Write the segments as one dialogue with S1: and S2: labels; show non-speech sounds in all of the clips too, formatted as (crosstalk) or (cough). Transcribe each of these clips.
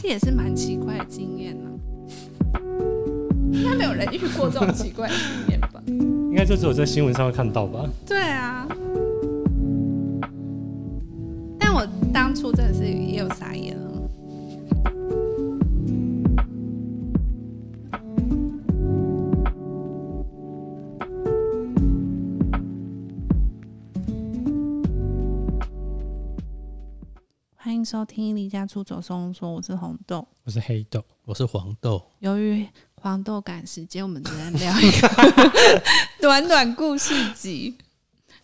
S1: 这也是蛮奇怪的经验啊呢、应该没有人遇过这种奇怪的经验吧？
S2: 应该就只有在新闻上会看到吧？
S1: 对啊。但我当初真的是也有傻眼了。欢迎收听《离家出走松说》，我是红豆。
S2: 我是黑豆，
S3: 我是黄豆，
S1: 由于黄豆赶时间，我们只能聊一个短短故事集。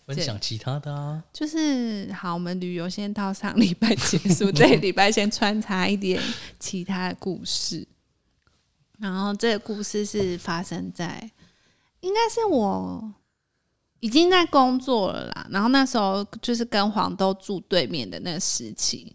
S3: 分享其他的啊。
S1: 就是好，我们旅游先到上礼拜结束，这礼拜先穿插一点其他的故事。然后这个故事是发生在，应该是我已经在工作了啦。然后那时候就是跟黄豆住对面的那个时期，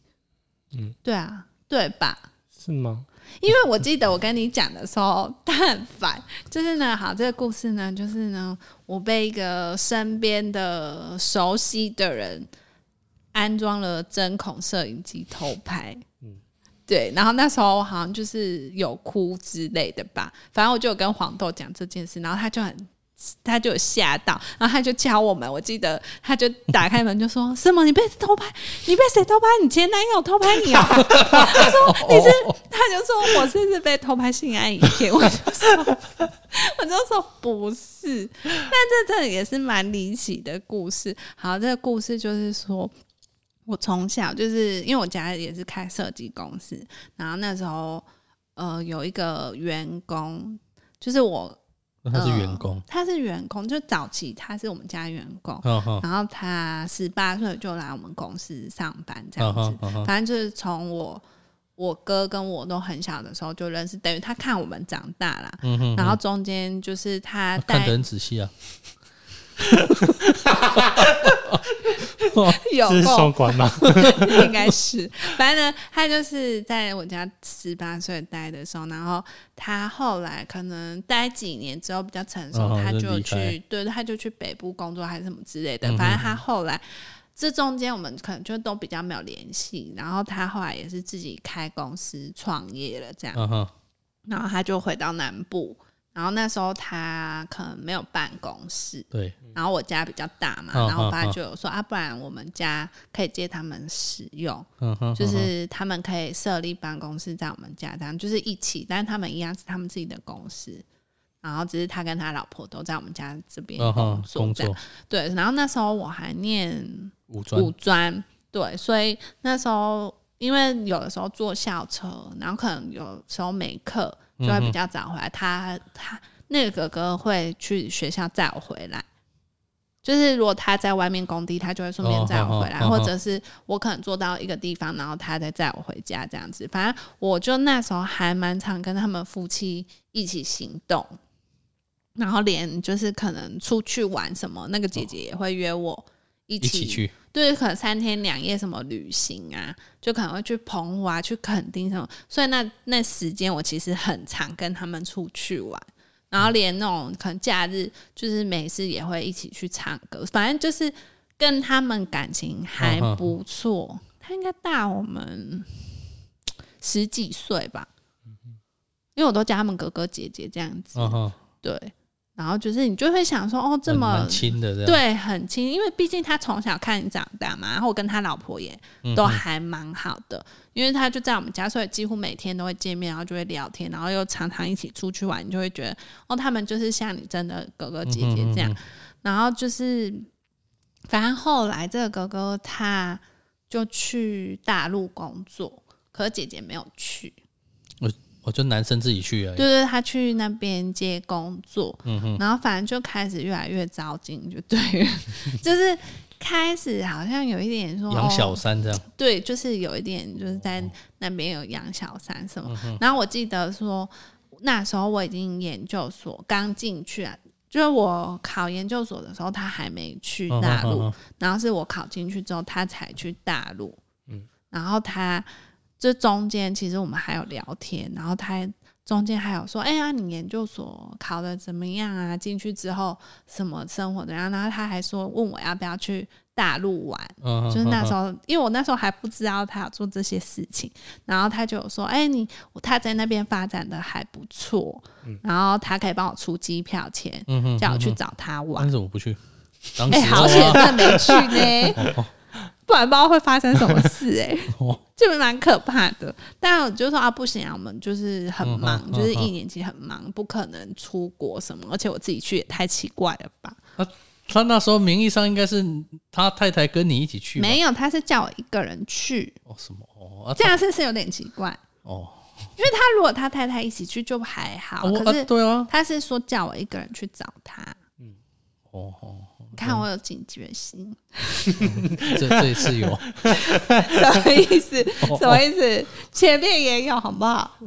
S2: 嗯，
S1: 对啊，对吧？
S2: 是吗？
S1: 因为我记得我跟你讲的时候，但凡就是呢，好，这个故事呢，就是呢，我被一个身边的熟悉的人安装了针孔摄影机偷拍。
S2: 嗯
S1: 对，然后那时候我好像就是有哭之类的吧，反正我就有跟黄豆讲这件事，然后他就很，他就有吓到，然后他就敲我们，我记得他就打开门就说：“ (laughs) 什么？你被偷拍？你被谁偷拍？你前男友偷拍你哦？”他
S3: 哦
S1: 说：“ (laughs) 你是他就说我是不是被偷拍性爱影片？我 (laughs) 就说，我就说不是。但这这也是蛮离奇的故事。好，这个故事就是说，我从小就是因为我家也是开设计公司，然后那时候呃有一个员工，就是我
S3: 那他是员工
S1: 呃，他是员工，就早期他是我们家员工，
S3: 哈哈，
S1: 然后他十八岁就来我们公司上班这
S3: 哈
S1: 样子。
S3: 哈，哈哈，
S1: 反正就是从我我哥跟我都很小的时候就认识，等于他看我们长大啦。
S3: 嗯哼，
S1: 然后中间就是他
S3: 哦看
S1: 带
S3: 得很仔细啊，
S1: (laughs) 有
S2: 这是双
S1: 够，
S3: (laughs)
S2: 关吗？
S1: 应该是，反正呢，他就是在我家十八岁待的时候，然后他后来可能待几年之后比较成熟，
S3: 嗯哼
S1: 他
S3: 就
S1: 就
S3: 离开
S1: 去对，他就去北部工作还是什么之类的
S3: 嗯。哼
S1: 反正他后来这中间我们可能就都比较没有联系，然后他后来也是自己开公司创业了这样。
S3: 嗯哼，
S1: 然后他就回到南部，然后那时候他可能没有办公室，
S3: 对，
S1: 然后我家比较大嘛，
S3: 嗯
S1: 然后我爸
S3: 嗯嗯
S1: 就有说啊，不然我们家可以借他们使用，
S3: 嗯哼，
S1: 就是他们可以设立办公室在我们家，这样就是一起，但是他们一样是他们自己的公司。然后只是他跟他老婆都在我们家这边
S3: 嗯
S1: 工
S3: 哼，
S1: 作
S3: 工
S1: 这样，
S3: 作
S1: 对。然后那时候我还念
S3: 五专，
S1: 五专，对，所以那时候因为有的时候坐校车，然后可能有时候没课，就会比较早回来。他他那个哥哥会去学校载我回来。就是如果他在外面工地，他就会顺便
S3: 哦
S1: 载我回来，
S3: 哦哦哦
S1: 或者是我可能坐到一个地方，然后他再载我回家这样子。反正我就那时候还蛮常跟他们夫妻一起行动，然后连就是可能出去玩什么，那个姐姐也会约我一
S3: 一起
S1: 起
S3: 去，
S1: 对，可能三天两夜什么旅行啊，就可能会去澎湖啊，去垦丁什么，所以那那时间我其实很常跟他们出去玩，然后连那种可能假日就是每次也会一起去唱歌，反正就是跟他们感情还
S3: 嗯哼
S1: 不错。他应该大我们十几岁吧，因为我都叫他们哥哥姐姐这样子，
S3: 嗯哼，
S1: 对。然后就是你就会想说，哦，这
S3: 很
S1: 么
S3: 蛮亲的这样，
S1: 对，很亲，因为毕竟他从小看你长大嘛，然后我跟他老婆也
S3: 嗯
S1: 都
S3: 哼
S1: 还蛮好的，因为他就在我们家，所以几乎每天都会见面，然后就会聊天，然后又常常一起出去玩，你就会觉得哦，他们就是像你真的哥哥姐姐这样。
S3: 嗯哼
S1: 然后就是，反正后来这个哥哥他就去大陆工作，可是姐姐没有去，
S3: 我就男生自己去而已，
S1: 对对，他去那边接工作，
S3: 嗯哼，
S1: 然后反正就开始越来越糟心，就对了， (laughs) 就是开始好像有一点说
S3: 养小
S1: 哦
S3: 三这样，
S1: 对，就是有一点就是在那边有养小三什
S3: 嗯
S1: 么。然后我记得说那时候我已经研究所刚进去啊，就是我考研究所的时候，他还没去
S3: 嗯哼
S1: 哦大陆，
S3: 嗯哼
S1: 然后是我考进去之后，他才去大陆。嗯，然后他这中间其实我们还有聊天，然后他中间还有说，哎、呀，你研究所考的怎么样啊？进去之后什么生活怎样？然后他还说问我要不要去大陆玩，
S3: 嗯，
S1: 就是那时
S3: 候，
S1: 候，因为我那时候还不知道他有做这些事情，然后他就有说：“哎、你他在那边发展的还不错，然后他可以帮我出机票钱，
S3: 嗯哼，
S1: 叫我去
S3: 嗯哼，
S1: 找他玩。
S3: 但是我不去，当
S1: 哎、
S3: 时
S1: 好险
S3: 啊，
S1: 真的没去
S3: (laughs)
S1: 呢，不然不知道会发生什么事哎、
S3: 哦
S1: 就蛮可怕的。但我就说啊，不行啊，我们就是很
S3: 嗯
S1: 忙，
S3: 嗯
S1: 就是
S3: 嗯
S1: 一年级很忙，不可能出国什么，而且我自己去也太奇怪了吧。
S3: 他那时候名义上应该是他太太跟你一起去吧，
S1: 没有，他是叫我一个人去，
S3: 哦什么哦啊
S1: 这样是不是有点奇怪？
S3: 哦
S1: 因为他如果他太太一起去就还
S3: 啊
S1: 好，
S3: 我
S1: 可
S3: 啊
S1: 是
S3: 对啊，
S1: 他是说叫我一个人去找他。
S3: 哦哦，
S1: 你看我有警觉心，
S3: 这这一次有 (laughs)
S1: (laughs) 什么意思？
S3: 哦
S1: 什么意思？前面也有，好不好？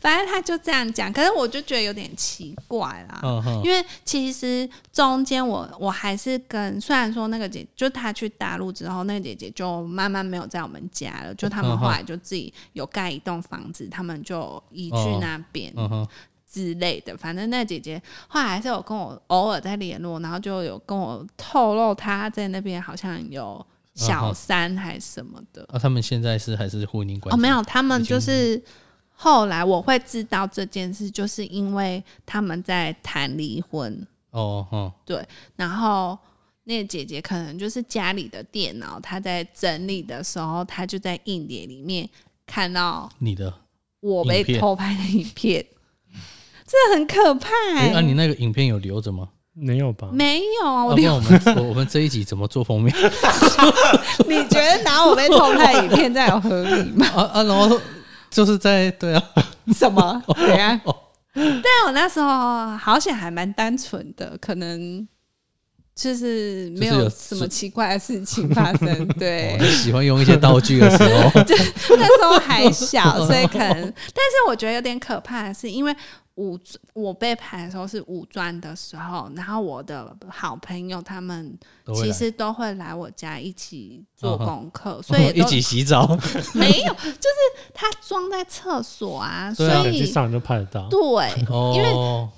S1: 反正他就这样讲，可是我就觉得有点奇怪啦。
S3: 嗯哼
S1: 因为其实中间我我还是跟虽然说那个姐就她去大陆之后，那个姐姐就慢慢没有在我们家
S3: 嗯
S1: 了，就他们后来就自己有盖一栋房子，他们就移去
S3: 哦
S1: 那边。
S3: 嗯哼
S1: 之类的，反正那姐姐后来还是有跟我偶尔在联络，然后就有跟我透露她在那边好像有
S3: 嗯
S1: 小三还什么的。
S3: 啊他们现在是还是婚姻关
S1: 哦，
S3: 系
S1: 没有，他们就是后来我会知道这件事，就是因为他们在谈离婚，
S3: 哦哦
S1: 然后那姐姐可能就是家里的电脑，她在整理的时候，她就在硬碟里面看到
S3: 你的
S1: 我被
S3: 影片
S1: 偷拍的影片，这很可怕、
S3: 哎
S1: 欸。
S3: 啊你那个影片有留着吗？
S2: 没有吧？
S1: 没有啊，
S3: 啊，
S1: 我
S3: 不
S1: 留
S3: (laughs) 然我们我我们这一集怎么做封面 (laughs)
S1: 你觉得拿我被偷拍影片这样有合理吗？
S3: 啊啊？然后就是在对啊，
S1: 什 (laughs) 么？对啊
S3: 哦。
S1: 但我那时候好险还蛮单纯的，可能就是没
S3: 就是有
S1: 什么奇怪的事情发
S3: (laughs)
S1: 生。对
S3: 我，就哦喜欢用一些道具的
S1: (laughs)
S3: 时候，
S1: 那时嗯候还小，所以可能，但是我觉得有点可怕的是，因为五我被排的时候是五专的时候，然后我的好朋友他们
S3: 都会
S1: 其
S3: 来
S1: 实都会来我家一起做
S3: 嗯哼
S1: 功课，所以
S3: (laughs) 一
S1: 都
S3: 起洗澡，
S1: 没有，就是他装在厕所啊，所
S3: 对啊
S2: 手机
S1: 以
S2: 上就拍得到。
S1: 对，因为
S3: 哦，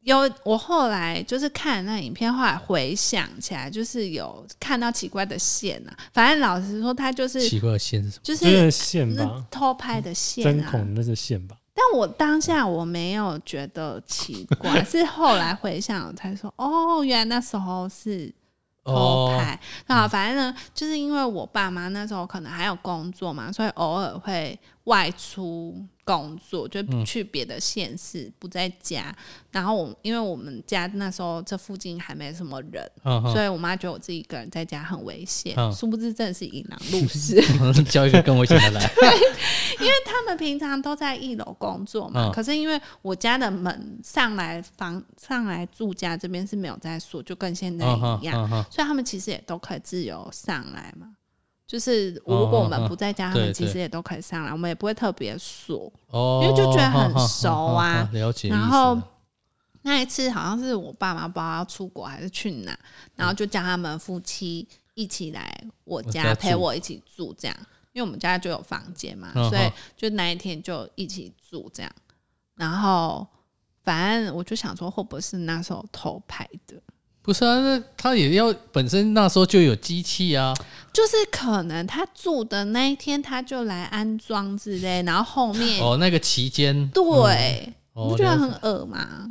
S1: 有我后来就是看那影片，后来回想起来，就是有看到奇怪的线啊。反正老实说，他就是
S3: 奇怪的线是什么？
S1: 就
S2: 就是是线
S1: 那啊
S2: 吧，
S1: 偷拍的线
S2: 针
S1: 啊。
S2: 孔那是线吧？
S1: 但我当下我没有觉得奇
S2: (laughs)
S1: 怪，是后来回想我才说，哦，原来那时候是偷
S3: 哦，
S1: 拍。那、反正呢，就是因为我爸妈那时候可能还有工作嘛，所以偶尔会外出工作，就
S3: 嗯
S1: 去别的县市，不在家。然后我因为我们家那时候这附近还没什么人，
S3: 嗯
S1: 所以我妈觉得我自己一个人在家很危险，
S3: 嗯
S1: 殊不知真的是引狼入
S3: (laughs)
S1: 室。
S3: 哼，叫一个跟我一起的
S1: (laughs)
S3: 来，
S1: 他们平常都在一楼工作嘛，
S3: 嗯
S1: 可是因为我家的门上来房上来住家这边是没有在锁，就跟现在
S3: 嗯哼
S1: 一样。
S3: 嗯哼，
S1: 所以他们其实也都可以自由上来嘛。就是如果我们不在家，
S3: 嗯嗯嗯
S1: 他们
S3: 对
S1: 其实也都可以上来，我们也不会特别锁。
S3: 哦，
S1: 因为就觉得很熟啊
S3: 嗯嗯嗯嗯了解意思了。
S1: 然后那一次好像是我爸妈不知道要出国还是去哪，然后就叫他们夫妻一起来我
S3: 我家
S1: 家
S3: 住
S1: 陪我一起住这样，因为我们家就有房间嘛，
S3: 嗯嗯
S1: 所以就那一天就一起住这样。然后反正我就想说，会不会是那时候偷拍的？
S3: 不是啊，那他也要本身那时候就有机器啊，
S1: 就是可能他住的那一天他就来安装之类，然后后面
S3: 哦，那个期间
S1: 嗯对，
S3: 哦
S1: 你不觉得
S3: 了
S1: 很恶吗？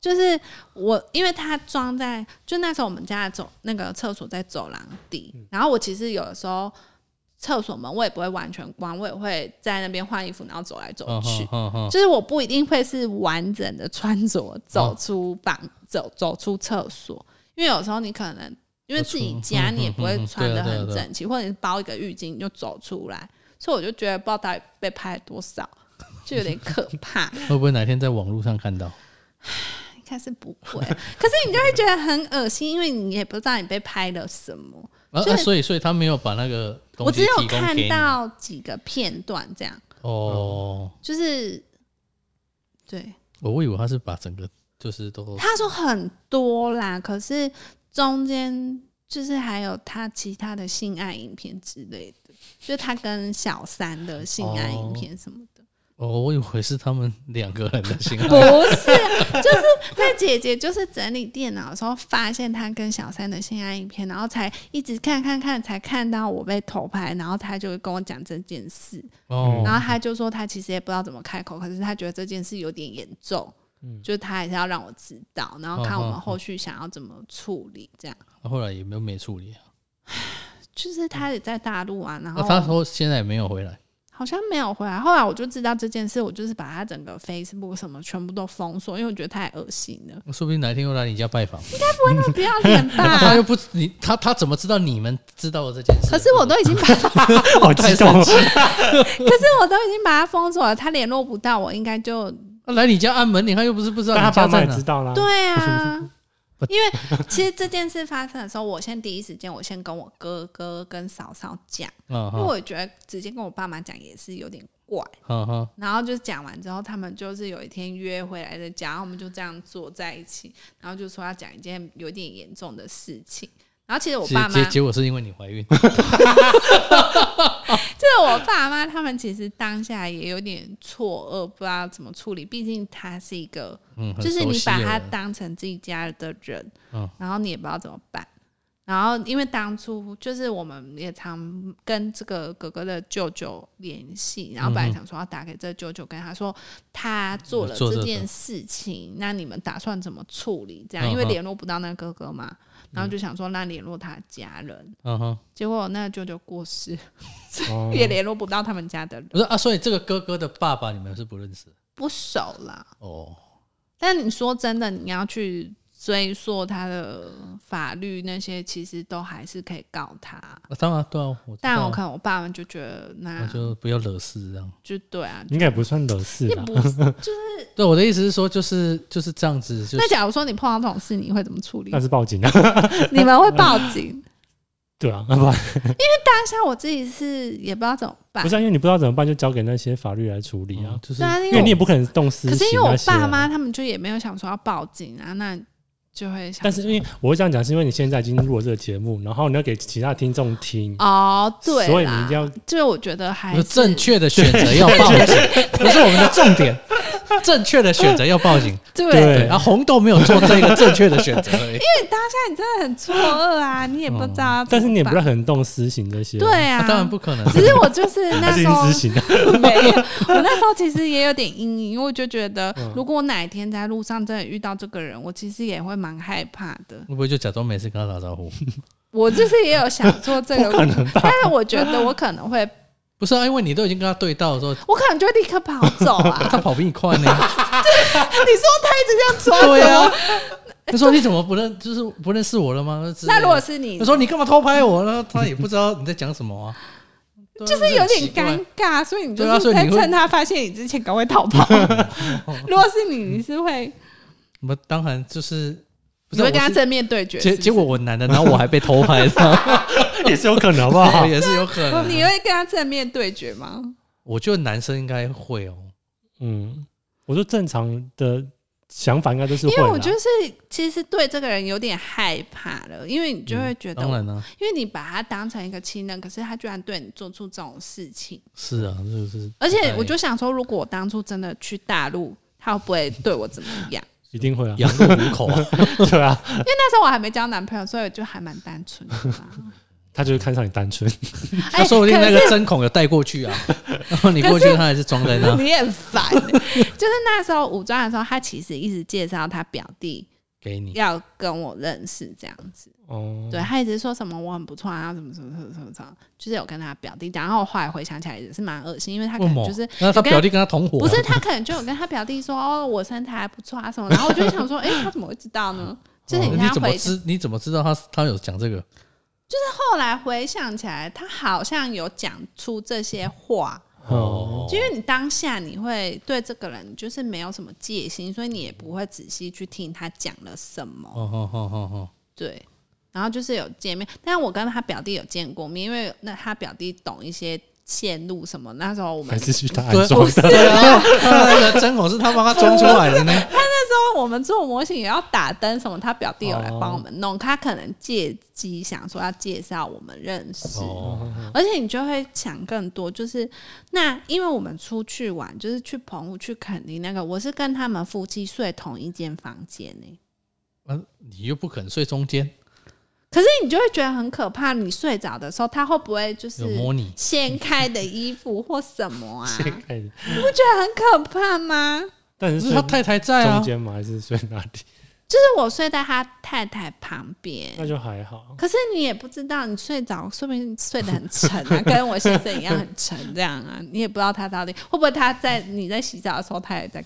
S1: 就是我，因为它装在就那时候我们家的走那个厕所在走廊底，
S3: 嗯
S1: 然后我其实有的时候厕所门我也不会完全关，我也会在那边换衣服，然后走来走
S3: 嗯
S1: 去。
S3: 哼嗯哼
S1: 就是我不一定会是完整的穿着走出房， (laughs) 走走出厕所，因为有时候你可能因为自己家
S3: 走出
S1: 你也不会
S3: 嗯嗯嗯
S1: 穿的
S3: 对啊对啊
S1: 很
S3: 对啊
S1: 整齐，或者你包一个浴巾你就走出来，所以我就觉得不知道到底被拍了多少， (laughs) 就有点可怕。
S3: 会不会哪天在网络上看到？啊
S1: 应该是不会，可是你就会觉得很恶心，因为你也不知道你被拍了什么。
S3: 啊，
S1: 所以
S3: 啊所以所以他没有把那个东
S1: 我只
S3: 西
S1: 有
S3: 提供
S1: 看
S3: 给你
S1: 到几个片段，这样
S3: 哦，
S1: 就是对。
S3: 我以为他是把整个就是都
S1: 他说很多啦，可是中间就是还有他其他的性爱影片之类的，就是他跟小三的性爱影片什么的。
S3: 哦，我以为是他们两个人的性
S1: 不
S3: 爱，
S1: 是，就是那姐姐就是整理电脑的时候发现她跟小三的性爱影片，然后才一直看看看，才看到我被偷拍，然后她就跟我讲这件事，
S3: 哦
S2: 嗯
S1: 然后她就说她其实也不知道怎么开口，可是她觉得这件事有点严重，就是她还是要让我知道，然后看我们后续想要怎么处理，这样
S3: 后来也没有没处理啊。
S1: 就是她也在大陆啊，然后
S3: 那哦他说现在也没有回来，
S1: 好像没有回来。后来我就知道这件事，我就是把他整个 Facebook 什么全部都封锁，因为我觉得太恶心
S3: (laughs)
S1: 了。
S3: 说不定哪一天又来你家
S1: (laughs)
S3: 拜访。
S1: 那不要脸
S3: 那他
S1: 吧！
S3: 又不你他他怎么知道你们知道了这件事？
S1: 可是我都已经把，可
S2: (laughs) 好激动，
S1: 是我都已经把他封锁了，他联络不到我，应该就
S3: 啊来你家按门铃，他又不是不知道
S2: 但他
S3: 你
S2: 爸
S3: 家
S2: 妈
S3: 在
S2: 也
S3: 哪
S2: 知。道啦。
S1: 对啊。因为其实这件事发生的时候，我先第一时间，我先跟我哥哥跟嫂嫂讲，
S3: 嗯
S1: 因为
S3: 哼
S1: 我觉得直接跟我爸妈讲也是有点怪。
S3: 嗯哼，
S1: 然后就讲完之后，他们就是有一天约回来的家，然后我们就这样坐在一起，然后就说要讲一件有点严重的事情。然后其实我
S3: 结
S1: 爸妈，
S3: 结
S1: 就
S3: 结果是因为你怀孕，
S1: (laughs) 是我爸妈，他们其实当下也有点错愕，不知道怎么处理。毕竟他是一个，
S3: 嗯，很
S1: 就是
S3: 熟
S1: 你
S3: 悉
S1: 把
S3: 的
S1: 他
S3: 人
S1: 当成自己家的人，
S3: 嗯
S1: 然后你也不知道怎么办。然后因为当初就是我们也常跟这个哥哥的舅舅联系，然后本来想说要打给这个舅舅，跟他说他做了
S3: 嗯做这
S1: 这
S3: 个
S1: 件事情，那你们打算怎么处理？这样
S3: 嗯
S1: 因为
S3: 嗯
S1: 联络不到那个哥哥嘛，然后就想说那联络他家人，
S3: 嗯哼，
S1: 结果那个舅舅过世，(laughs)
S2: 哦
S1: 也联络不到他们家的人，
S3: 不是啊，所以这个哥哥的爸爸你们是不认识的
S1: 不熟啦。
S3: 哦，
S1: 但你说真的，你要去追溯他的法律那些，其实都还是可以告他。
S3: 啊当然对啊，我知
S1: 但
S3: 道
S1: 我
S2: 嗯
S3: 啊
S1: 看我爸妈就觉得那
S3: 那就不要惹事这样。
S1: 就对啊，
S2: 应该也不算惹事
S1: 也
S2: 啦。
S1: 不
S2: (laughs)
S3: 对，我的意思是说，就是就是这样子，就
S1: 那
S3: 是
S1: 假如说你碰到这种事，你会怎么处理
S2: 但？是报警啊， (laughs)
S1: 你们会报警？
S2: 对啊，不
S1: 但像我自己是也不知道怎么办
S2: 不。是啊因为你不知道怎么办，就交给那些法律来处理啊
S3: 嗯。就是
S1: 对啊，因
S2: 因为你
S1: 为
S2: 也不可能动私
S1: 我可
S2: 刑
S1: 是因为我
S2: 那些啊
S1: 爸妈他们就也没有想说要报警啊，那就会想。
S2: 但是因为我会这样讲，是因为你现在已经录了这个节目，然后你要给其他听众听，
S1: 哦，对啦，啊
S2: 所以你一定要
S1: 就是我觉得还
S3: 有
S1: 是
S3: 正
S1: (laughs)
S3: 确的选择要报警，不是我们的重点。正确的选择要报警，
S1: 对。
S2: 对
S3: 对啊，红豆没有做这个正确的选择而已。
S1: 那你真的很错愕啊，你也不知道要怎么办。
S2: 哦但是你也不太可能动私刑这些啊，
S1: 对
S3: 啊
S1: 啊，
S3: 当然不可 (laughs) 能，
S1: 只是我就是
S2: 还
S1: 那
S2: 是
S1: 时
S2: 已经
S1: 候
S2: 执行了。
S1: (laughs) 没有，我那时候其实也有点阴影，因为我就觉得，
S3: 嗯
S1: 如果我哪一天在路上真的遇到这个人，我其实也会蛮害怕的。
S3: 会不会就假装没事跟他打招呼？
S1: 我就是也有想做这
S3: (laughs)
S1: 个，但是我觉得我可能会，
S3: 不是啊，因为你都已经跟他对到的时候，
S1: 我可能就会立刻跑走啊。 (laughs)
S3: 他跑比你快呢。
S1: 你说他一直这样抓
S3: 对
S1: 着
S3: 啊
S1: 我，，
S3: (laughs) 他说你怎么不认，就是不认识我了吗？之类的
S1: 那如果是你
S3: 他，说你干嘛偷拍我呢？他也不知道你在讲什么啊，
S1: (laughs) 就是有点尴
S3: 尬。
S1: 尬，所以你就
S3: 对啊所
S1: 是
S3: 以你
S1: 在
S3: 会
S1: 趁他发现你之前赶快逃
S3: (laughs)
S1: 跑。如果是你，你是会
S3: 我当然就是，不
S1: 你
S3: 是啊
S1: 会跟他
S3: 我是
S1: 正面对决，是
S3: 结
S1: 不是
S3: 结果我男的，然后我还被偷拍，
S1: (laughs)
S3: 这样
S2: (laughs) 也是有可能，好不好？
S3: 也是有可能。
S1: 哦
S3: 啊
S1: 你会跟他正面对决吗？
S3: 我觉得男生应该会哦，
S2: 嗯，我说正常的想法应该都是会
S1: 因
S2: 啦，
S1: 为我就是其实对这个人有点害怕了，因为你就会觉得，
S3: 嗯当然啊呢，
S1: 因为你把他当成一个亲人，可是他居然对你做出这种事情，
S3: 是啊，就是。
S1: 而且我就想说，如果我当初真的去大陆，他会不会对我怎么
S3: (laughs)
S1: 样？
S2: 一定会啊，
S3: 羊入虎口啊，
S2: 对啊，
S1: 因为那时候我还没交男朋友，所以我就还蛮单纯的嘛。
S3: (laughs)
S2: 他就是看上你单纯，
S1: (laughs) 哎
S3: 他说不定那
S1: 可
S3: 个针孔有带过去啊， (laughs) 然后你过去，他还是装在
S1: 是
S3: 那。
S1: 你很烦欸、就是那时候武装的时候，他其实一直介绍他表弟
S3: 给你，
S1: 要跟我认识这样子。
S3: 嗯
S2: 哦，
S1: 对啊他一直说什么我很不错啊，什么什么什么什么什么，就是有跟他表弟讲，然后我后来回想起来也是蛮恶心，因为他可
S3: 为什
S1: 能
S3: 么
S1: 就是？
S3: 那他表弟跟他同伙，啊
S1: 不是他可能就有跟他表弟说哦，我身材还不错啊什么，然后我就想
S3: (laughs)
S1: 说，哎、他怎么会知道呢？就是
S3: 哦
S1: 你跟
S3: 你
S1: 他
S3: 怎么
S1: 回
S3: 知？你怎么知道他他有讲这个？
S1: 后来回想起来，他好像有讲出这些话，
S2: 哦
S3: 哦，
S1: 就因为你当下你会对这个人就是没有什么戒心，所以你也不会仔细去听他讲了什么。
S3: 哦哦哦哦哦，
S1: 对，然后就是有见面，但我跟他表弟有见过面，因为那他表弟懂一些线路什么，那时候我们
S2: 还是去打
S3: 对哦
S2: 安装
S3: 对啊，他那个针孔是他帮他装出来的呢。
S1: 那时候我们做模型也要打灯什么，他表弟有来帮我们弄，他可能借机想说要介绍我们认识，
S3: 哦，
S1: 而且你就会想更多，就是那因为我们出去玩，就是去澎湖、去垦丁那个，我是跟他们夫妻睡同一间房间欸呢、
S3: 嗯，你又不肯睡中间，
S1: 可是你就会觉得很可怕，你睡着的时候，他会不会就是
S3: 有摸你，
S1: 掀开的衣服或什么啊？
S2: 先开始，
S1: 很可怕吗？
S2: 但
S3: 可
S2: 是
S3: 是
S2: 睡
S3: 他太太在啊
S2: 中，间吗？还是睡哪里？
S1: 就是我睡在他太太旁边，
S2: (laughs) 那就还好。
S1: 可是你也不知道，你睡着说不定睡得很沉
S2: (laughs)
S1: 啊，跟我先生一样很沉这样啊，你也不知道他到底会不会他在你在洗澡的时候，他也在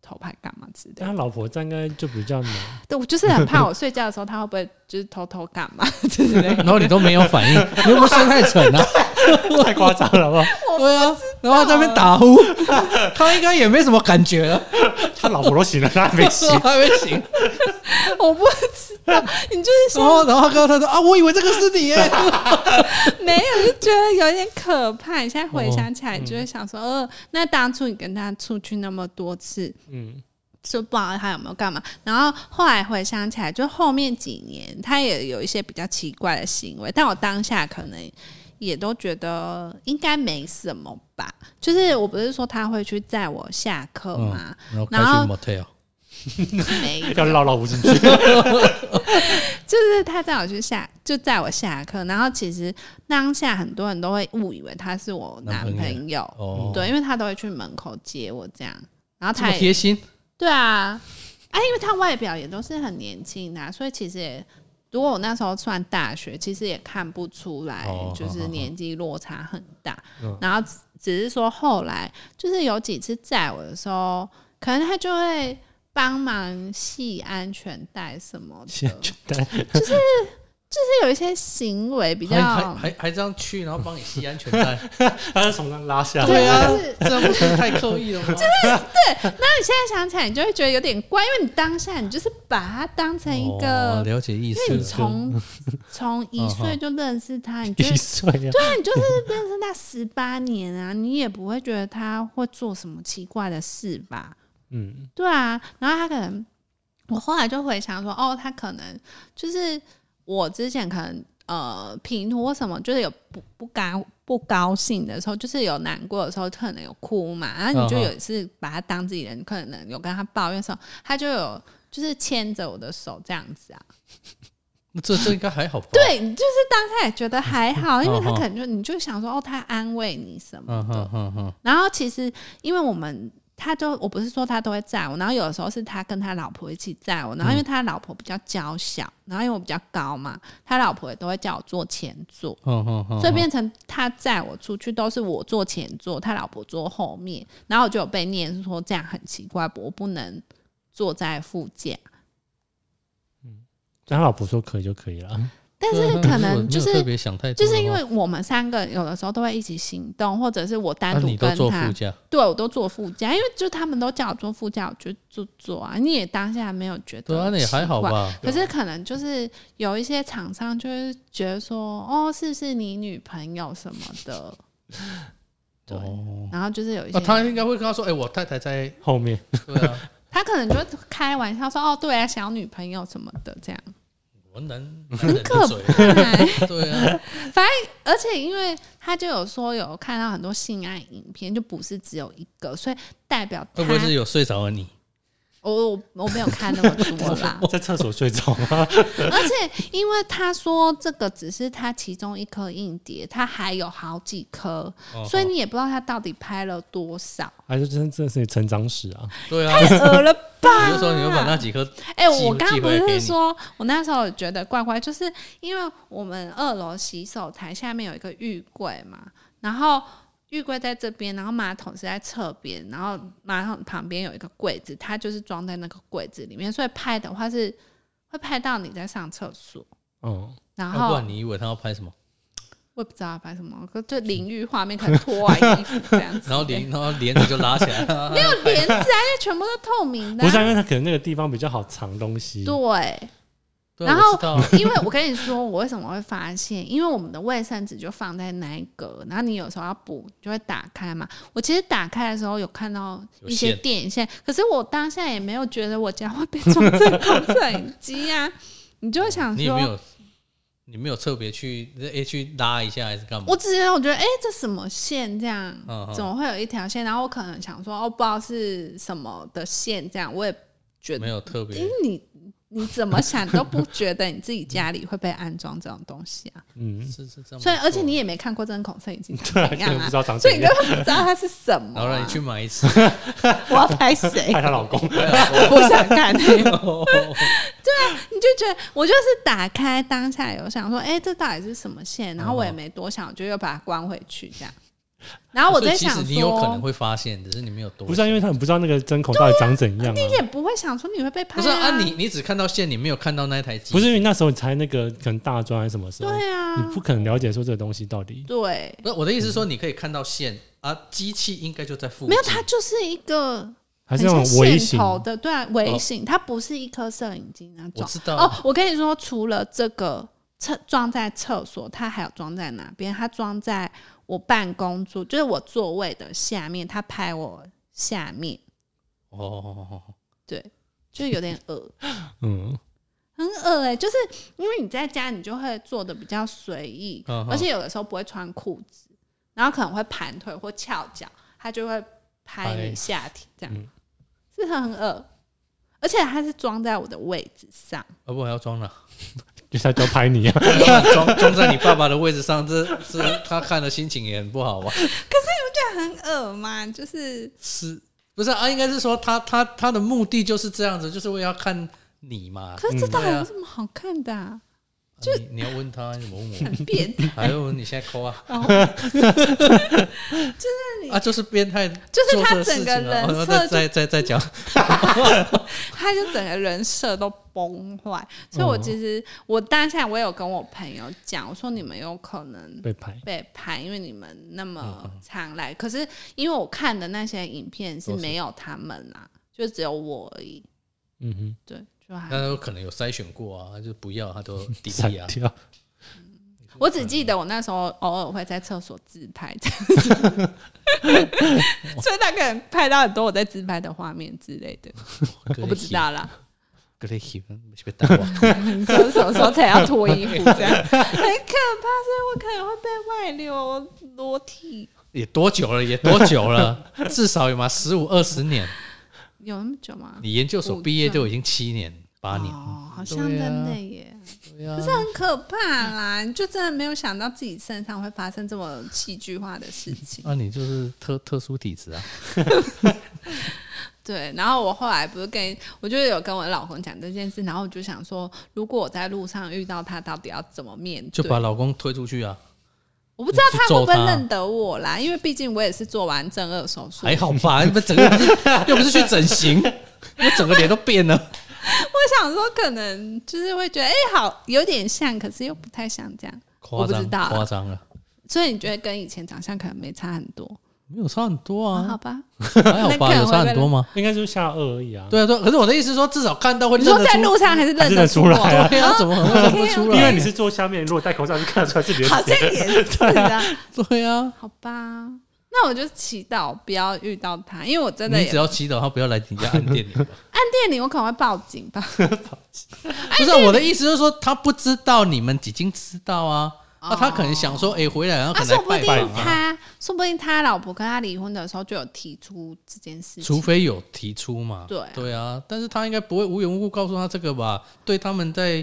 S1: 偷拍干嘛之类
S2: 但
S1: 的。
S2: 他老婆站应该就比较难，
S1: 对，我就是很怕我睡觉的时候，他会不会就是偷偷干嘛 (laughs) 之类的。
S3: (laughs) 然后你都没有反应， (laughs) 你又不是睡太沉啊？
S2: 太夸张了吧？
S3: (laughs) 对啊，然后在那边打呼， (laughs) 他应该也没什么感觉啊 (laughs) 了，
S2: (laughs) 他老婆都醒了，他还没醒。
S3: 还没醒。
S1: 我不知道，你就是
S3: 然后，然后他告诉他说啊，我以为这个是你耶，
S1: (laughs) 没有，就觉得有点可怕。你现在回想起来，你就
S2: 哦
S1: 会想说，呃，那当初你跟他出去那么多次，
S2: (laughs) 嗯，
S1: 说不好他有没有干嘛。然后后来回想起来，就后面几年他也有一些比较奇怪的行为，但我当下可能也都觉得应该没什么吧。就是我不是说他会去载我下课吗？
S3: (laughs) 然
S1: 开
S3: 后
S1: 去
S3: motel，
S1: 没有，
S2: 嗯 (laughs) 要绕绕不进去。
S1: 就是他载我去下，就载我下课。然后其实当下很多人都会误以为他是我男
S3: 男朋友
S1: 朋友，
S3: 哦，
S1: 对，因为他都会去门口接我这样。然后
S3: 这
S1: 他
S3: 么
S1: 也
S3: 贴心，
S1: 对啊，哎、因为他外表也都是很年轻的啊、所以其实也，如果我那时候算大学，其实也看不出来
S3: 哦，
S1: 就是年纪落差很大。
S2: 嗯
S1: 然后只只是说后来，就是有几次载我的时候，可能他就会帮忙系安全带什么的，
S2: 先
S1: 就
S2: 去带 (laughs)
S1: 是有一些行为比
S3: 还还
S1: 较。
S3: 还还这样去，然后帮你系安全带，
S1: (laughs)
S2: 他是从那拉下来，
S3: 对啊
S1: 就是，
S3: (laughs) 这不是太刻意了吗？
S1: 那你现在想起来，你就会觉得有点怪，因为你当下你就是把他当成一个
S3: 哦了解嗯意
S1: 因为你
S3: 思，
S1: 从
S3: (laughs)
S1: 从一岁就认识他，你就
S2: 一岁啊，
S1: 对啊，你就是认识他十八年啊，你也不会觉得他会做什么奇怪的事吧？
S2: 嗯，
S1: 对啊，然后他可能，我后来就回想说，哦，他可能就是我之前可能呃平图或什么，就是有不不高不高兴的时候，就是有难过的时候，可能有哭嘛，然后你就
S3: 嗯哼
S1: 有一次把他当自己人，可能有跟他抱怨的时候，他就有就是牵着我的手这样子啊。
S3: 哦这这应该还好吧？，
S1: 对，你就是当下也觉得还好，因为他
S3: 嗯哼
S1: 可能就你就想说哦，他安慰你什么
S3: 嗯
S1: 的。
S3: 哼哼哼，
S1: 然后其实因为我们。他就我不是说他都会载我，然后有的时候是他跟他老婆一起载
S3: 嗯
S1: 我，然后因为他老婆比较娇小，然后因为我比较高嘛，他老婆也都会叫我坐前座，
S3: 嗯哼哼，
S1: 所以变成他载我出去都是我坐前座，他老婆坐后面，然后我就有被念说这样很奇怪，我不能坐在副驾，
S2: 但他老婆说可以就可以了。
S1: 但是可
S3: 我
S1: 能
S3: 没
S1: 就
S3: 有
S1: 是
S3: 特别嗯想太多
S1: 就
S3: 的话，
S1: 是因为我们三个有的时候都会一起行动，或者是我单
S3: 啊
S1: 独
S3: 你都
S1: 跟
S3: 坐
S1: 他，
S3: 副驾，
S1: 对我都坐副驾，因为就他们都叫我坐副驾，我就坐坐啊。你也当下没有觉得，
S3: 对啊，那也还好？吧？
S1: 可是可能就是有一些厂商就会觉得说，哦，是不是你女朋友什么
S3: (laughs)
S1: 的？对，
S3: 哦，
S1: 然后就是有一些、
S3: 那哦他应该会跟他说，哎，我太太在，
S2: 后面，
S3: 对
S1: (laughs)
S3: 啊，
S1: 他可能就开玩笑说，哦，对啊，小女朋友什么的这
S3: (laughs)
S1: 样。
S3: 我能很
S1: 可
S3: 嘴，
S1: 对
S3: 对啊，
S1: 而且因为他就有说有看到很多性爱影片，就不是只有一个，所以代表他
S3: 会不会是有睡着的你？
S1: 我我我没有看那么多啦
S2: (laughs) 在厕所睡着吗？
S3: (laughs)
S1: 而且因为他说这个只是他其中一颗硬碟，他还有好几颗，
S3: 哦
S1: 所以你也不知道他到底拍了多少，
S2: 还是真真的是成长史啊？
S3: 对啊，
S1: 太恶了吧！
S3: 有时候你会把那几颗
S1: 哎、
S3: 寄
S1: 我刚刚
S3: 寄
S1: 不
S3: 回给
S1: 是
S3: 你
S1: 说，我那时候有觉得怪怪，就是因为我们二楼洗手台下面有一个浴柜嘛，然后浴柜在这边，然后马桶是在侧边，然后马桶旁边有一个柜子，它就是装在那个柜子里面，所以拍的话是会拍到你在上厕所，
S2: 嗯，
S1: 然
S3: 啊要不
S1: 后
S3: 然你以为他要拍什么？
S1: 我也不知道拍什么，可就淋浴画面，可能脱完衣服这样子，
S3: 然后帘，然后帘子就拉起来，
S1: (laughs) 没有帘子啊，因为全部都透明的、
S2: 不是啊，
S1: 啊，
S2: 因为他可能那个地方比较好藏东西。
S1: 对。
S3: 对
S1: 然
S3: 我
S1: 后
S3: 知道啊
S1: 啊因为我跟你说，我为什么会发现？因为我们的卫生纸就放在那一格，然后你有时候要补，就会打开嘛。我其实打开的时候有看到一些
S3: 有线
S1: 电线，可是我当下也没有觉得我家会被装这个工摄影机啊。你就会想
S3: 你有没
S1: 说，
S3: 有你没有特别去诶去拉一下还是干嘛？
S1: 我只是我觉得，哎、这什么线这样
S3: 嗯嗯，
S1: 怎么会有一条线？然后我可能想说，哦，不知道是什么的线这样，我也觉得
S3: 没有特别
S1: 因为你你怎么想都不觉得你自己家里会被安装这种东西啊，
S2: 嗯，
S3: 是是这样没错，
S1: 所以而且你也没看过针孔摄影机是
S2: 对，
S1: 怎
S2: 根
S1: 样
S2: 本不
S1: 啊
S2: 知，道长
S1: 所
S2: 怎
S1: 以你根
S2: 样，
S1: 本不知道它是什么、
S3: 然后让
S1: 啊
S3: 你。 (laughs) 去买一次，
S1: (laughs)
S3: 啊
S1: 我要拍谁？
S2: 害她老
S3: 哎
S2: 公，
S1: (laughs) 我想看 (laughs) 那
S3: (laughs)
S1: 个。啊你就觉得我就是打开当下有想说，哎、这到底是什么线？然后我也没多想，我就又把它关回去这样。然后我
S3: 所以
S1: 在
S3: 其
S1: 想
S3: 实
S1: 说，
S3: 你有可能会发现，只是你没有多
S2: (laughs) 不是、啊、因为他们不知道那个针孔到底长怎样啊，
S1: 你也不会想说你会被拍、
S3: 不是啊啊你你只看到线，你没有看到那台机，
S2: 不是因为那时候你才那个可能大专还是什么时候，
S1: 对啊
S2: 你，不可能了解说这个东西到底
S1: 对，
S3: 不是我的意思是说，你可以看到线啊，机器应该就在附近。
S1: 没有，它就是一个
S2: 还是那
S1: 很
S2: 种
S1: 像
S2: 微
S1: 线
S2: 型，
S1: 头的，对啊，微型，它不是一颗摄影机那
S3: 我
S1: 种。
S3: 知道啊
S1: 哦，我跟你说，除了这个厕装在厕所，它还有装在哪边？它装在我办公桌，就是我座位的下面，它拍我下面，
S3: 哦，
S1: 对，就有点恶，
S2: 嗯，
S1: 很恶哎、就是因为你在家，你就会做的比较随意，
S3: 嗯哼
S1: 而且有的时候不会穿裤子，然后可能会盘腿或翘脚，它就会拍
S2: 拍
S1: 你下体，这样、
S2: 嗯
S1: 是很恶，而且它是装在我的位置上。
S3: 要啊不我要装了，
S2: 就是他就要拍你啊，
S3: 装装在你爸爸的位置上，这这他看的心情也很不好啊
S2: (laughs)
S3: 吧？
S1: 很恶嘛，就是
S3: 是不是啊？应该是说他他他的目的就是这样子，就是为了要看你嘛。
S1: 可是这到底
S3: 对啊
S1: 有什么好看的、啊？
S3: 就你你要问他，你怎么问我？
S1: 很变
S3: (laughs)
S1: 态，
S3: 还要问哎你现在抠啊？
S1: 然后
S3: (laughs) 啊，就是变态，
S1: 就是他
S3: 做这
S1: 整
S3: 事
S1: 个
S3: 情啊
S1: 人
S3: 哦
S1: 设就
S3: 再再再再讲，
S1: 他就整个人设都崩坏。所以我其实我当下我有跟我朋友讲，我说你们有可能
S2: 被拍，
S1: 被拍，因为你们那
S3: 嗯
S1: 么常来。可是因为我看的那些影片是
S3: 都是
S1: 没有他们啦，就只有我而已。
S2: 嗯哼，
S1: 对，就还
S3: 那有可能有筛选过啊，他就不要他都抵
S2: 闪 (laughs)
S3: 力啊。
S2: 掉，
S1: 我只记得我那时
S3: 嗯
S1: 候偶尔会在厕所自拍，这样子 (laughs) 所以他可能拍到很多我在自拍的画面之类的，我不知道啦。
S3: 个类型是被打我，
S1: 你说什么时候才要脱衣服？这样很可怕，所以我可能会被外流裸体，
S3: 也多久了？也多久了？至少有嘛十五二十年。
S1: 有那么久吗？
S3: 你研究所毕业就已经七年八年，
S1: 哦，好像真的耶，
S3: 对啊
S1: 可是很可怕啦！你就真的没有想到自己身上会发生这么戏剧化的事情。
S3: (laughs) 那你就是特特殊体质啊。
S1: 对，然后我后来不是跟我就有跟我老公讲这件事，然后我就想说，如果我在路上遇到他，到底要怎么面
S3: 就
S1: 对？
S3: 把老公推出去啊，
S1: 我不知道
S3: 你去
S1: 他会不会
S3: 揍他
S1: 认得我啦，因为毕竟我也是做完正颚手 (laughs) 术
S3: 还好吧？ (laughs) 你们整个又不是去整形， (laughs) 我整个脸都变了。
S1: 我想说，可能就是会觉得，哎、好，有点像，可是又不太像这样。
S3: 夸
S1: 我不知
S3: 张，
S1: 道啊
S3: 夸张了，
S1: 所以你觉得跟以前长相可能没差很多，
S3: 没有差很多
S1: 好
S3: 啊，
S1: 吧？
S3: (laughs) 还好
S1: 那个
S3: 吧？
S1: 人
S3: 有差很多吗？
S2: 应该就是下颚而已啊，
S3: 对啊，对啊，可是我的意思是说，至少看到会
S1: 你
S3: 认
S1: 说
S3: 得
S1: 在
S3: 出。
S1: 路上还是认
S2: 还是
S1: 得
S2: 认出来啊
S1: 我啊
S3: 对啊，
S1: (laughs)
S3: 怎么可能认不出
S2: 因为
S3: 来？
S2: 你是坐下面，如果戴口罩就看得出来是别
S1: 好像
S3: (laughs)
S2: 人，
S1: 也是啊，
S3: 对啊，
S1: 好吧？那我就祈祷不要遇到他，因为我真的
S3: 你
S1: 也
S3: 只要祈祷他不要来你家按电
S1: (laughs)
S3: 铃吧。
S1: 按电铃，我可能会报警吧。
S3: 不是啊我的意思，就是说他不知道你们已经知道啊，那他可能想说，哎，回来然后可
S1: 哦啊，
S3: 能
S1: 说
S3: 来
S1: 不
S3: 拜
S1: 定
S3: 访啊，
S1: 他，说不定他老婆跟他离婚的时候就有提出这件事
S3: 除
S1: 情。
S3: 非有提出嘛。
S1: 对啊
S3: 对啊，但是他应该不会无缘无故告诉他这个吧？对他们在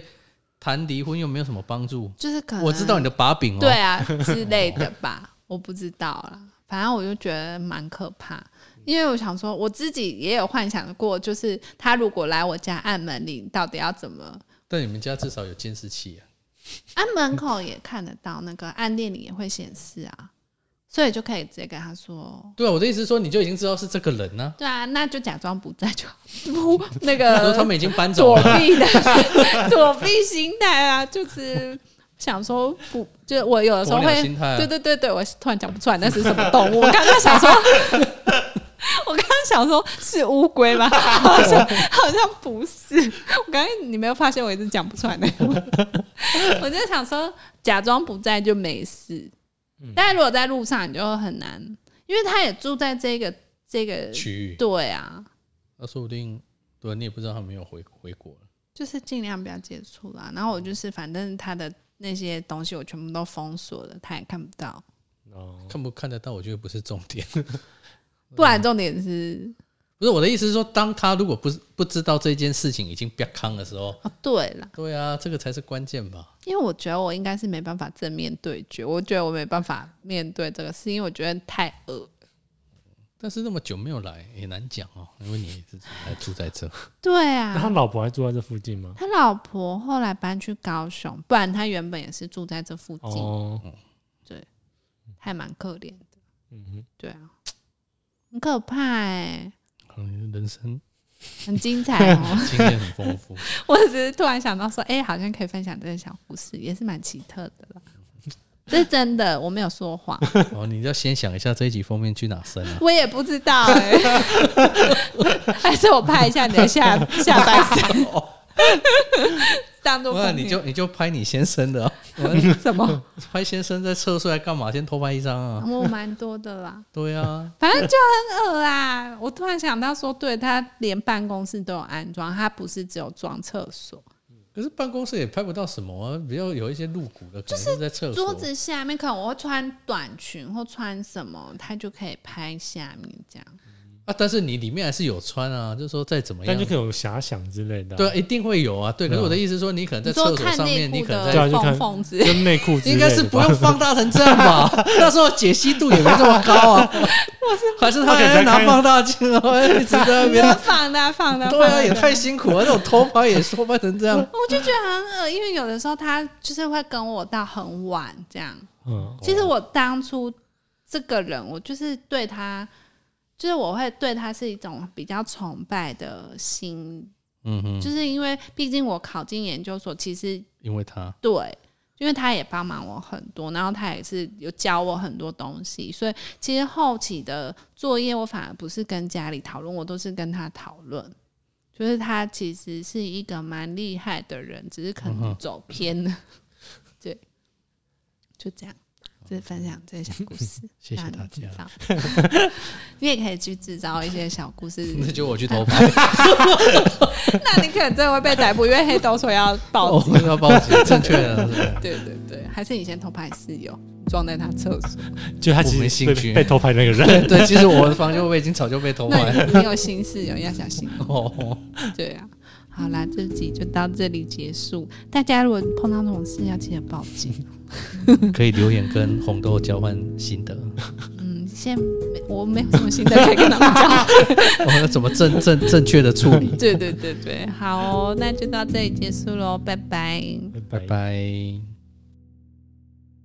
S3: 谈离婚又没有什么帮助。
S1: 就是可能
S3: 我知道你的把柄哦，
S1: 嗯对，啊之类的吧，
S3: (laughs)
S1: 我不知道啦。反正我就觉得蛮可怕，因为我想说，我自己也有幻想过，就是他如果来我家按门铃，到底要怎么？
S3: 但你们家至少有监视器啊。
S1: 按门口也看得到，那个按电铃也会显示啊，所以就可以直接跟他说。
S3: 对啊，我的意思是说，你就已经知道是这个人
S1: (laughs)
S3: 呢、
S1: 对啊，那就假装不在就好，不那
S3: 啊。说他
S1: 个
S3: 们已啊经搬走
S1: 躲
S3: 了，
S1: 避的 (laughs) 躲避心态啊，就是想说不，就我有的时候
S3: 鸵鸟
S1: 会
S3: 心态
S1: (laughs)
S3: 啊
S1: 对对对对，我突然讲不出来那是什么动物。我刚刚想说，我刚刚想说是乌龟吗？好像好像不是。我刚刚你没有发现我一直讲不出来那个吗，我就想说假装不在就没事。但如果在路上，你就很难，因为他也住在这个这个
S3: 区域，
S1: 对啊，
S3: 那说不定对你也不知道他有没有回回国了。
S1: 就是尽量不要接触啦。然后我就是反正他的那些东西我全部都封锁了，他也看不到。
S2: 哦，
S3: 看不看得到，我觉得不是重点。 (laughs)
S1: 不然重点是
S3: 不是我的意思是说，当他如果不是不知道这件事情已经瘪康的时候，
S1: 哦，对啦，
S3: 对啊，这个才是关键吧。
S1: 因为我觉得我应该是没办法正面对决，我觉得我没办法面对这个事，因为我觉得太恶。
S3: 但是那么久没有来也难讲哦，因为你也是还住在 (laughs) 这，
S1: 对
S2: 那他
S1: 啊，
S2: 老婆还住在这附近吗？
S1: 他老婆后来搬去高雄，不然他原本也是住在这附近，
S2: 哦，
S3: 嗯
S1: 还蛮可怜的。
S2: 嗯哼，
S1: 对啊，很可怕哎、
S3: 可能人生。
S1: 很精彩哦
S2: (laughs)
S3: 经验很丰富。
S1: 我只是突然想到说，哎、好像可以分享这个小故事，也是蛮奇特的了。这是真的，我没有说
S2: (laughs)
S1: 谎，
S3: (laughs) 哦，你要先想一下这一集封面去哪生 (laughs) 啊？
S1: 我也不知道哎、 (laughs) 还是我拍一下你的下下半身，
S3: 哦
S1: 当做
S3: 不然你就你就拍你先生的、啊， (laughs)
S1: (laughs) 什么？
S3: 拍先生在厕所来干嘛？先偷拍一张啊！
S1: 我蛮多的啦，
S3: 对啊，
S1: 反正就很恶啦。我突然想到说，对他连办公室都有安装，他不是只有装厕所，
S3: 可是办公室也拍不到什么啊，比较有一些露骨的，可能是在厕所。
S1: 桌子下面可能我会穿短裙或穿什么，他就可以拍下面这样。
S3: 啊，但是你里面还是有穿啊，就是说再怎么
S2: 但
S3: 样
S2: 就，可以有遐想之类的啊。
S3: 对啊，一定会有啊。对，可是我的意思是说，你可能在
S1: 你
S3: 厕
S1: 说
S3: 所
S1: 看
S3: 上
S1: 内
S3: 面，你
S1: 裤
S3: 可能
S1: 的
S3: 在
S2: 对啊就看
S1: 缝 (laughs) 缝子，
S2: 就内裤之类
S3: 应
S2: 的吧
S3: 该是不用放大成这样吧？那时候解析度也没这么高啊。还是他
S2: 他可能
S3: 还
S2: 在
S3: 拿
S2: 看
S3: 放大镜，然后一直在
S1: (laughs)
S3: 那
S1: 你啊要
S3: 边。
S1: 放大放大，
S3: (laughs) 对啊，
S1: 放
S3: 也
S1: 大
S3: 太辛苦了，那种偷拍也偷拍成这样。
S1: 我就觉得很恶，因为有的时候他就是会跟我到很晚这样。
S2: 嗯，
S1: 其实我当初这个人，我就是对他，就是我会对他是一种比较崇拜的心，
S3: 嗯哼，
S1: 就是因为毕竟我考进研究所，其实
S3: 因为他
S1: 对。因为他也帮忙我很多，然后他也是有教我很多东西，所以其实后期的作业我反而不是跟家里讨论，我都是跟他讨论。就是他其实是一个蛮厉害的人，只是可
S3: 嗯哼
S1: 能走偏了。对，就这样，这是分享这些小故事，
S3: (laughs) 谢谢
S1: 让你
S3: 大家
S1: 知道。
S3: (laughs)
S1: 你也可以去制造一些小故事，
S3: 那就我
S1: (laughs)
S3: 去偷拍，
S1: 那你可能真的会被逮捕，因为黑斗说要报
S3: 我
S1: 警。
S3: 要报警，正确的是吧。
S1: 对对对，还是你先偷拍室友，装在他厕所。
S2: 就他
S3: 我没
S2: 其
S3: 兴
S2: 实被
S3: 趣
S2: 被偷拍那个人，
S3: 对，其实我的房间我已经早就被偷
S1: 那
S3: 拍了。
S1: 你你有心事有要小心。
S3: 哦，
S1: 对啊，好啦，这集就到这里结束。大家如果碰到这种事，要记得报警。
S3: 可以留言跟红豆交换心得。 (laughs)
S1: 嗯，现在没我没有什么心得可以跟他们讲。 (laughs)
S3: 我们怎么正正正确的处理？
S1: 对对对对，好哦、那就到这里结束喽，拜拜。
S3: (laughs) 拜。拜。